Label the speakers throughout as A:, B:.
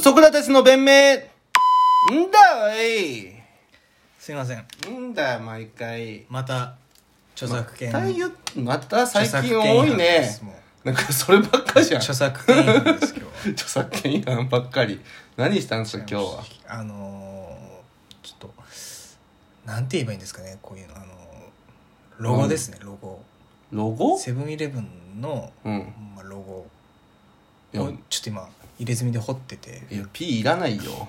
A: ソクラテスの弁明んだおい
B: すいません
A: んだよ毎回
B: また著作権、
A: また言っまた最
B: 著
A: 近
B: 作権
A: 多い
B: 違反で
A: ね
B: すも
A: なんかそればっかじゃん著
B: 著作権違反です今日は
A: 作権違反ばっかり何したんですか今日は
B: あのー、ちょっとなんて言えばいいんですかねこういうのあのーロゴですね、ロゴ
A: ロゴ
B: セブンイレブンの、
A: うん
B: まあ、ロゴを
A: い
B: ち
A: や
B: ょっと今入れ墨で掘ってて
A: いや P いらないよ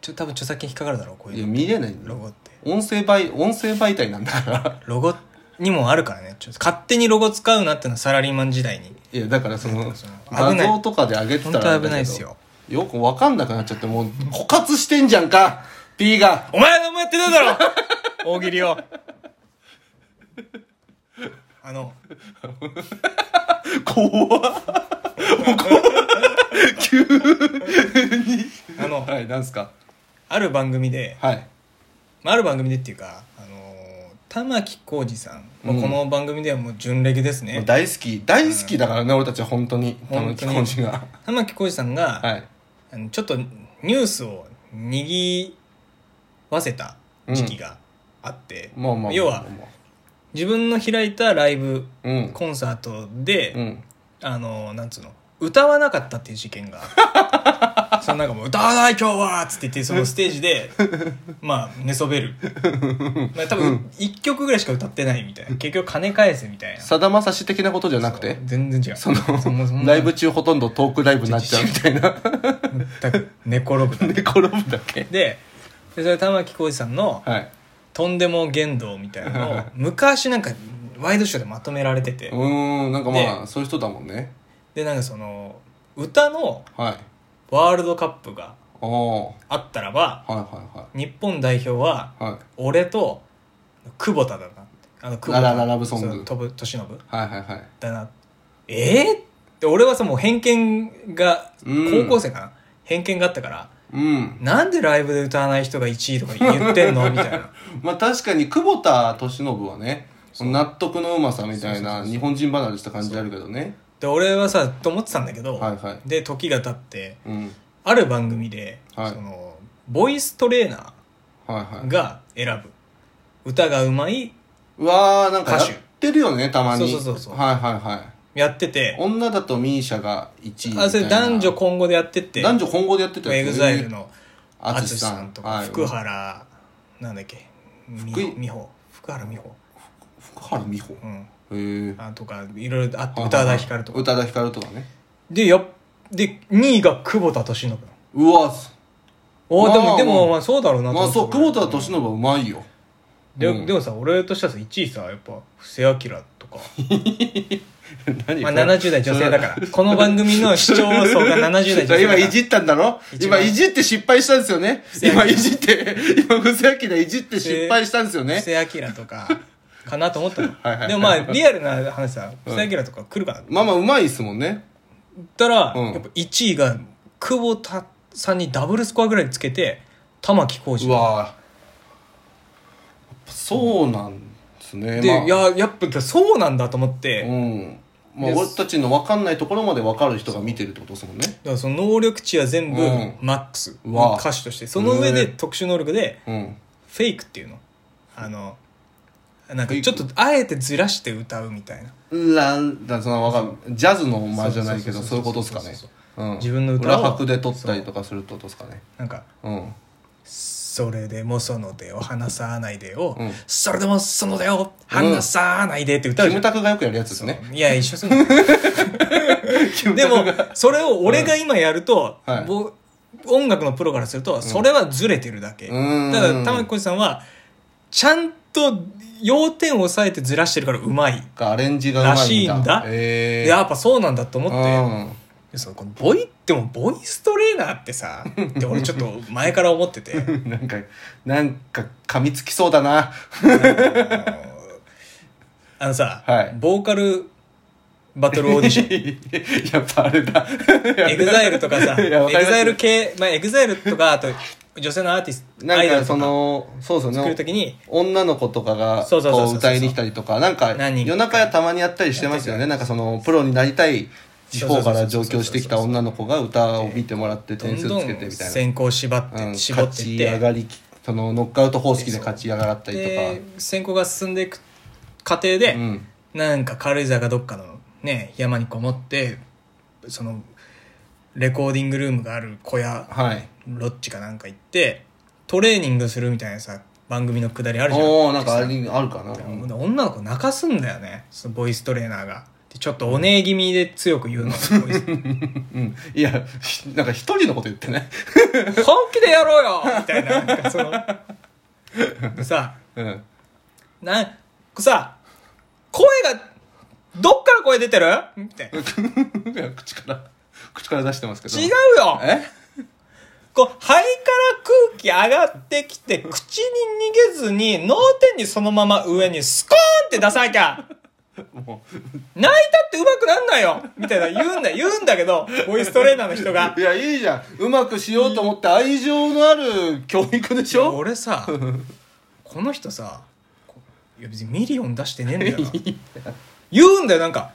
B: ちょっと多分著作権引っかかるだろうこう
A: い
B: い
A: や
B: うの
A: 見れない
B: ロゴって
A: 音声媒音声媒体なんだから
B: ロゴにもあるからねちょっと勝手にロゴ使うなってのはサラリーマン時代に
A: いやだからその
B: その
A: 画
B: 危ない
A: 像とかで上げてた
B: 本
A: ら
B: 当
A: あ
B: は
A: れだけど
B: 危ないですよ
A: よくわかんなくなっちゃってもう枯渇してんじゃんか P が
B: お前何もやってないだろ大喜利をあの
A: 怖っ急に
B: あの
A: はいなんすか
B: ある番組で、
A: はい
B: まあ、ある番組でっていうかあのー玉置浩二さん、まあ
A: うん
B: この番組ではもう純レギですね、
A: もう大好き大好きだからね俺たちは本当に玉
B: 本
A: 置
B: 当に
A: 浩二 が
B: 玉置浩二さんが、
A: はい
B: あのちょっとニュースをにぎわせた時期があって、
A: まあまあ
B: 要は自分の開いたライブ
A: うん
B: コンサートで、
A: うん
B: あのなんつうの歌わなかったっていう事件が そのなんかもう「歌わない今日は!」っつって言ってそのステー ジでまあ寝そべる、まあ、多分1曲ぐらいしか歌ってないみたいな結局金返せみたいな
A: さだまさし的なことじゃなくて
B: 全然違う
A: そ
B: もうそん
A: の
B: な
A: ライブ中ほとんどトークライブになっちゃうみたい な
B: 全く寝転ぶだけ
A: で転ぶだけ
B: ででそれ玉置浩二さんの
A: はい
B: 「とんでも言動」みたいなの を昔なんかワイドショーでまとめられてて
A: うーんなんかまあ
B: で
A: そういう人だもんね
B: でなんかその歌の
A: はい
B: ワールドカップが
A: ああは
B: あったらば
A: いは
B: 日本代表はい
A: はいはい
B: 俺と久保田だなあの久
A: ララララブソング
B: そう飛ぶ利信
A: はいはいはい
B: だなええって俺はさもう偏見が
A: うん
B: 高校生かな、偏見があったから
A: うん
B: なんでライブで歌わない人が1位とか言ってんのみたいな
A: まあ確かに久保田利伸はね納得のうまさみたいな日本人離れした感じあるけどね
B: で俺はさと思ってたんだけど、
A: はいはい
B: で時が経って
A: うん
B: ある番組で、
A: はい
B: そのボイストレーナ
A: はいはい
B: ーが選ぶ、歌がうまいう
A: わーなんかや
B: 歌手
A: ってるよねたまに
B: そうそうそうそう
A: はいはいはい
B: やってて
A: 女だとミーシャが1位みたいな
B: あそれ男女混合でやってて
A: 男女混合でやってた
B: エ
A: や
B: グ
A: つ
B: ザイルの
A: 淳
B: 淳さんとか
A: はい
B: 福原なんだっけみ
A: 福井
B: 美穂福原美穂
A: 福原美穂へ
B: うん
A: え
B: あとかいろいろあって宇多田ヒカルと
A: 宇
B: か
A: 多田ヒカルとかね
B: でやっで2位が久保田利伸
A: うわ
B: おーで
A: まあ
B: もで
A: まあ
B: もまあそうだろうなと
A: まあ
B: 思って
A: そう久保田利伸はうまい ようん
B: ででもさ俺としてはさ1位さやっぱ布施明と か
A: 何
B: まあ70代女性だからこの番組の視聴層 が70代女性だから
A: 今いじったんだろ
B: 一
A: 今
B: 番
A: いじって失敗したんですよね
B: 布施明
A: 今いじって 今布施明いじって失敗したんですよ
B: 布
A: ね
B: 施明とかかなと思ったの
A: はいはい
B: でもまあリアルな話さ布施明とか来るかな
A: まあまあうまいですもんね
B: ったら、
A: うん
B: やっぱ1位が久保田さんにダブルスコアぐらいつけて玉置浩
A: う
B: 二
A: わやっぱそうなんですね
B: で、
A: まあ
B: いややっぱそうなんだと思って、
A: う
B: だか
A: んまあ、
B: で
A: 俺たちの分かんないところまで分かる人が見てるってことですもんね
B: らその能力値は全部
A: うん
B: マックス、
A: うわ
B: 歌手としてその上
A: へえ
B: で特殊能力で
A: うん
B: フェイクっていうのあのな
A: フェ
B: んか
A: イ
B: ち
A: ク
B: ょっとあえてずらして歌うみたいな
A: ランだそのわかるジャズの間じゃないけどそ
B: そううそうそうそう
A: いうことですかね
B: そうそう、
A: うん、
B: 自分の歌を
A: 裏拍で撮ったりとかするってことですかね
B: なんか
A: うん
B: 「それでもその手を離さないでよ、
A: うん
B: それでもその手を離さないで」って歌
A: キ
B: うじ
A: ム
B: ゃん、
A: タクがよくやるやつですね
B: いや一緒 すんのでも、それを俺が今やると、
A: うんはい
B: ぼ音楽のプロからすると、それはずれてるだけ。
A: うん
B: ただ、玉置浩二さんは、ちゃんと要点を押さえてずらしてるからうまい。
A: アレンジがうまいんだ
B: らしいんだ
A: えー、
B: やっぱそうなんだと思って、
A: うん
B: そのこのボイってもボイストレーナーってさ、って俺ちょっと前から 思ってて、あの
A: なんかなんか噛みつきそうだな
B: あのさ、
A: はい
B: ボーカルバトルオーディション。
A: やっぱあれだ
B: エグザイルとかさ、
A: い
B: エ
A: やわ
B: グ
A: かります
B: ザイル系、まあエグザイルとか、あと女性のアーティスト、ア
A: なん
B: イド
A: か
B: ルと
A: そ
B: か
A: のそうそう
B: 作ると
A: ね
B: きに、
A: 女の子とかが
B: そうそうそう
A: こ
B: そうう
A: 歌いに来たりとかなんか
B: 何人
A: 夜
B: か
A: 中やたまにやったりしてますよねなんかそのプロになりたい地方から上京してきた女の子が歌を見てもらって
B: ど
A: 点
B: ん
A: 数
B: ど
A: つけて
B: ん
A: みたい
B: 先行縛って、
A: な、うん、
B: 絞
A: 勝
B: って
A: ち
B: っ
A: 上が
B: て
A: りきそのノックアウト方式で勝ち上がったりとか
B: で先行が進んでいく過程で、
A: うん
B: なんか軽井沢かどっかのね山にこもってそのレコーディングルームがある小屋
A: はい
B: ロッジかなんか行ってトレーニングするみたいなさ番組のくだりあるじゃん
A: おおなんかありあるかな、うん
B: で女の子泣かすんだよねそのボイストレーナーがでちょっとお姉気味で強く言うのボイス
A: うん、いやひなんか一人のこと言ってね
B: 本気でやろうよみたいななんかそのでさ
A: うん
B: なんさ声がどっから声出てるみたいな違
A: いや 口から口から出してますけど
B: うよ
A: え
B: こう肺から空気上がってきて口に逃げずに脳天にそのまま上にスコーンって出さなきゃ
A: も
B: 泣いたって上手くなんないよみたいな言うんだ言うんだけどボイストレーナーの人が
A: ういやいいじゃんうまくしようと思って愛情のある教育でし ょ
B: 俺さこの人さこいや別にミリオン出してねえんだよ な言うんだよなんか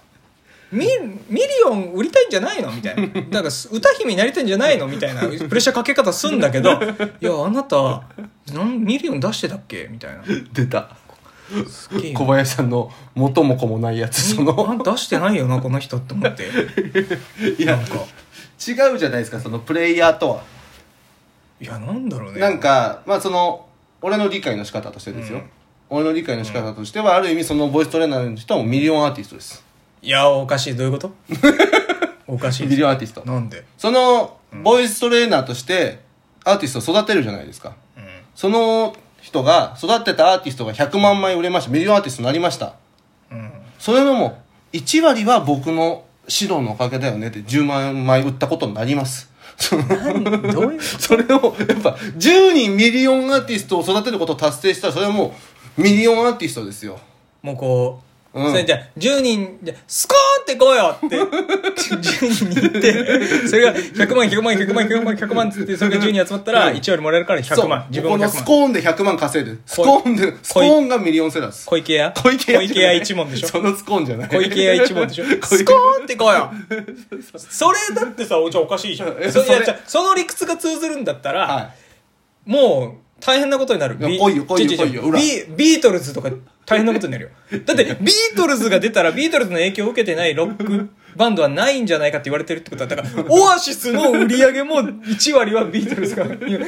B: ミミリオン売りたいんじゃないのみたいななんか歌姫になりたいんじゃないのみたいなプレッシャーかけ方すん だけど「いやあなたなんミリオン出してたっけ?」みたいな
A: 出た
B: すっげえ
A: 小林さんの元も子もないやつその
B: あ出してないよなこの人って思って
A: いや
B: なんか
A: 違うじゃないですかそのプレイヤーとは、
B: いやなんだろうね
A: なんかまあその俺の理解の仕方としてですよ、
B: うん
A: 俺の理解の仕方としては、ある意味そのボイストレーナーの人もミリオンアーティストです
B: いやおかしいどういう ことおかし
A: ミリ
B: い
A: オンアーティスト
B: なんで
A: そのボイストレーナーとしてアーティストを育てるじゃないですか
B: うん
A: その人が育ってたアーティストが100万枚売れましたミリオンアーティストになりました
B: うん
A: それのも1割は僕の指導のおかげだよねって10万枚売ったことになります その
B: どういう
A: それをやっぱ10人ミリオンアーティストを育てることを達成したらそれはもうミリオンアーティストですよ
B: もうこう、
A: うん
B: それじゃあ10人じゃあスコーンってこうよって10人に言ってそれが100万100万100万100万100万っつってそれが10人集まったら1割もらえるから100万
A: そう
B: 自
A: ここ
B: 分も
A: の
B: 100
A: ス
B: 万
A: コーンで100万稼いでるスコーンでスコーンがミリオンセラーです
B: 小池屋
A: 小池屋じゃない
B: 屋一門でしょ
A: そのスコーンじゃない
B: 小池屋一門でしょ
A: 小
B: ス
A: 池
B: コーンってこうよそれだってさお茶おかしいじゃん
A: いや
B: そいや
A: それ
B: じゃあその理屈が通ずるんだったら、
A: は
B: もう大変なことになる。
A: や
B: ビ
A: 来いよ来いよ
B: 違う違う
A: 来いよ裏
B: ビビートルズとか大変なことになる よ。だってビートルズが出たらビートルズの影響を受けてないロックバンドはないんじゃないかって言われてるってことは、だからオアシスの売り上げも1割はビートルズが。でビー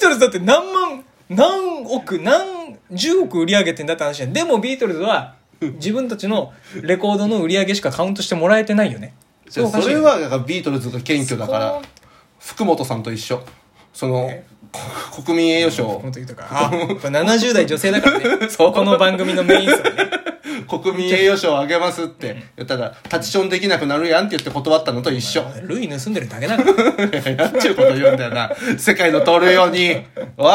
B: トルズだって何万、何億、何十億売り上げてんだって話やん。でもビートルズは自分たちのレコードの売り上げしかカウントしてもらえてないよね。
A: いじゃあ
B: うおかし
A: そ
B: い
A: れ
B: よね
A: はだからビートルズが謙虚だから福本さんと一緒その
B: え
A: こ国民栄誉賞
B: この時とか、あ、やっぱ70代女性だか らね。この番組のメインさね。
A: 国民栄誉賞あげますって言ったらタッチションできなくなるやんって言って断ったのと一緒
B: ルイ盗んでるだけだから。
A: なんちゅうこと言うんだよな。世界の盗塁王に。お い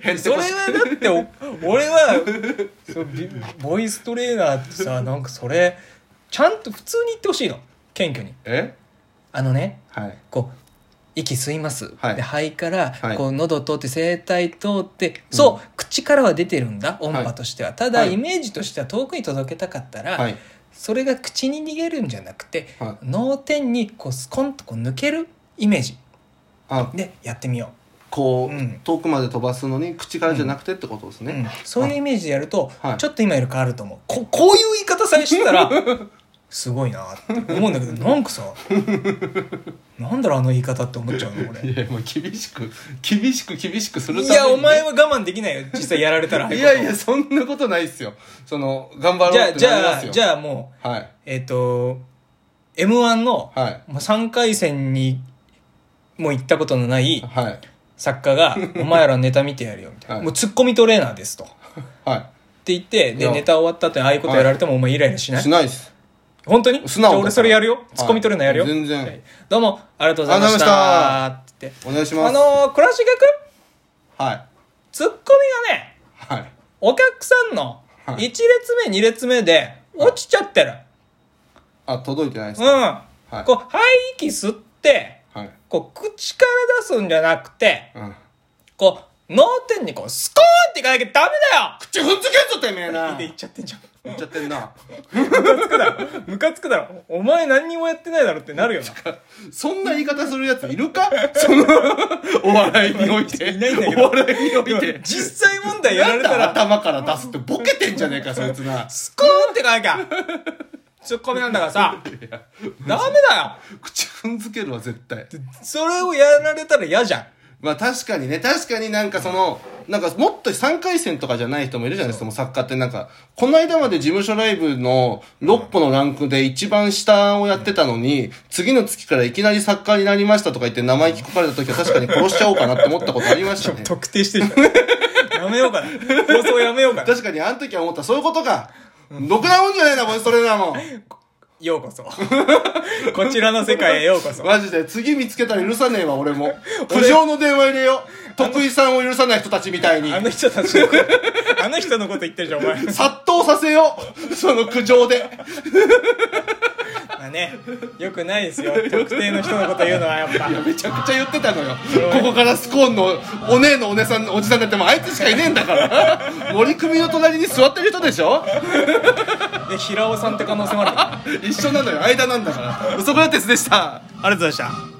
A: 変
B: それはだってお、俺は、そうビボイストレーナーってさ、なんかそれ、ちゃんと普通に言ってほしいの。謙虚に。
A: え
B: あのね、
A: はい。
B: こう、息吸います。
A: はい
B: で、肺から
A: はい、
B: こう、喉通って、声帯通って、そう、口からは出てるんだ、音波としては。ただ、
A: はい
B: イメージとしては遠くに届けたかったら、
A: はい。
B: それが口に逃げるんじゃなくて、
A: は
B: 脳天にこうスコンとこう抜けるイメージ
A: あ、
B: でやってみよ
A: こう、
B: うん
A: 遠くまで飛ばすのに口からじゃなくてってことです
B: う、
A: ね。
B: うんそういうイメージでやると、
A: はい
B: ちょっと今より変わると思うここういう言い方さえして たらすごいなって思うんだけどなんかさなんだろうあの言い方って思っちゃうの俺
A: いや、もう厳しく、厳しく厳しくする
B: い
A: ために
B: やお前は我慢できないよ実際やられた ら
A: いやいや、そんなことないっすよ。その、頑張
B: じゃ
A: ろう
B: あ
A: って
B: じ
A: なり
B: ゃ
A: ま
B: あ
A: すよ。
B: じ
A: ゃ
B: ゃあもう
A: あ、はい。
B: えっ、と m 1の、
A: はい。
B: もう3回戦にも行ったことのない
A: はい。
B: 作家が「お前らネタ見てやるよ」みたいな「
A: はい
B: もうツッコミトレーナーです」と。
A: は
B: って言って
A: い
B: で
A: や。
B: ネタ終わった後にああいうことやられてもお前イライラしないい
A: しないっす。
B: 本当に
A: 素直だ
B: じゃあ俺それやるよ
A: い
B: ツッコミトレーナーやるよ
A: 全然
B: はいどうもありがとうございました
A: あ
B: って言って
A: お願いし
B: あ
A: ます。
B: のー倉重君
A: はい。
B: ツッコミがね
A: はい。
B: お客さんの1
A: はい
B: 列目2列目で落ちちゃってる
A: あ、届いてないっす
B: うん
A: か。い
B: こう肺息吸って
A: はい。
B: こう口から出すんじゃなくて
A: うん。
B: こう脳天にこうスコーンっていかなきゃダメだよ
A: 口ふんづけんぞてめえな
B: って言っちゃってんじゃん
A: 言っちゃってんな。
B: ムカつくだろムカつくだろお前何にもやってないだろってなるよな
A: そんな言い方するやついるかその、お笑いに おいて。
B: いないんだけ
A: お
B: ど
A: 笑いにおい
B: でも
A: て。
B: 実際問題やられたら
A: 頭から出すってボケてんじゃねえか、そいつな。
B: スコーンってかなきゃツッコミなんだからさダメだ
A: 口踏んづけるわ、絶対。
B: よそれをやられたら嫌じゃん
A: まあ確かにね、確かになんかその、なんかもっと3回戦とかじゃない人もいるじゃないですか、もう作家ってなんか、この間まで事務所ライブの6個のランクで一番下をやってたのに、次の月からいきなり作家になりましたとか言って名前聞かれた時は確かに殺しちゃおうかなって思ったことありましたね。
B: 特定してるやめようかな放送やめようかな
A: 確かにあの時は思った、そういうことか。ろくなもんじゃないな、ボイストレーナーも。
B: ようこそこちらの世界へようこそ
A: マジで、次見つけたら許さねえわ、俺も。苦情の電話入れよう。徳井さんを許さない人たちみたいに。
B: あの人たちのことあの人のこと言ってるじゃんお前
A: 殺到させよう。その苦情で。
B: まあねよくないですよ特定の人のこと言うのはやっぱ
A: めちゃくちゃ言ってたのよ。ここからスコーンのお姉のお姉さん、おじさんだってもうあいつしかいねえんだから。森組の隣に座ってる人でしょ
B: で平尾さんって可能性もあるから
A: 一緒なのよ。間なんだから。そこら鉄でした。
B: ありがとうございました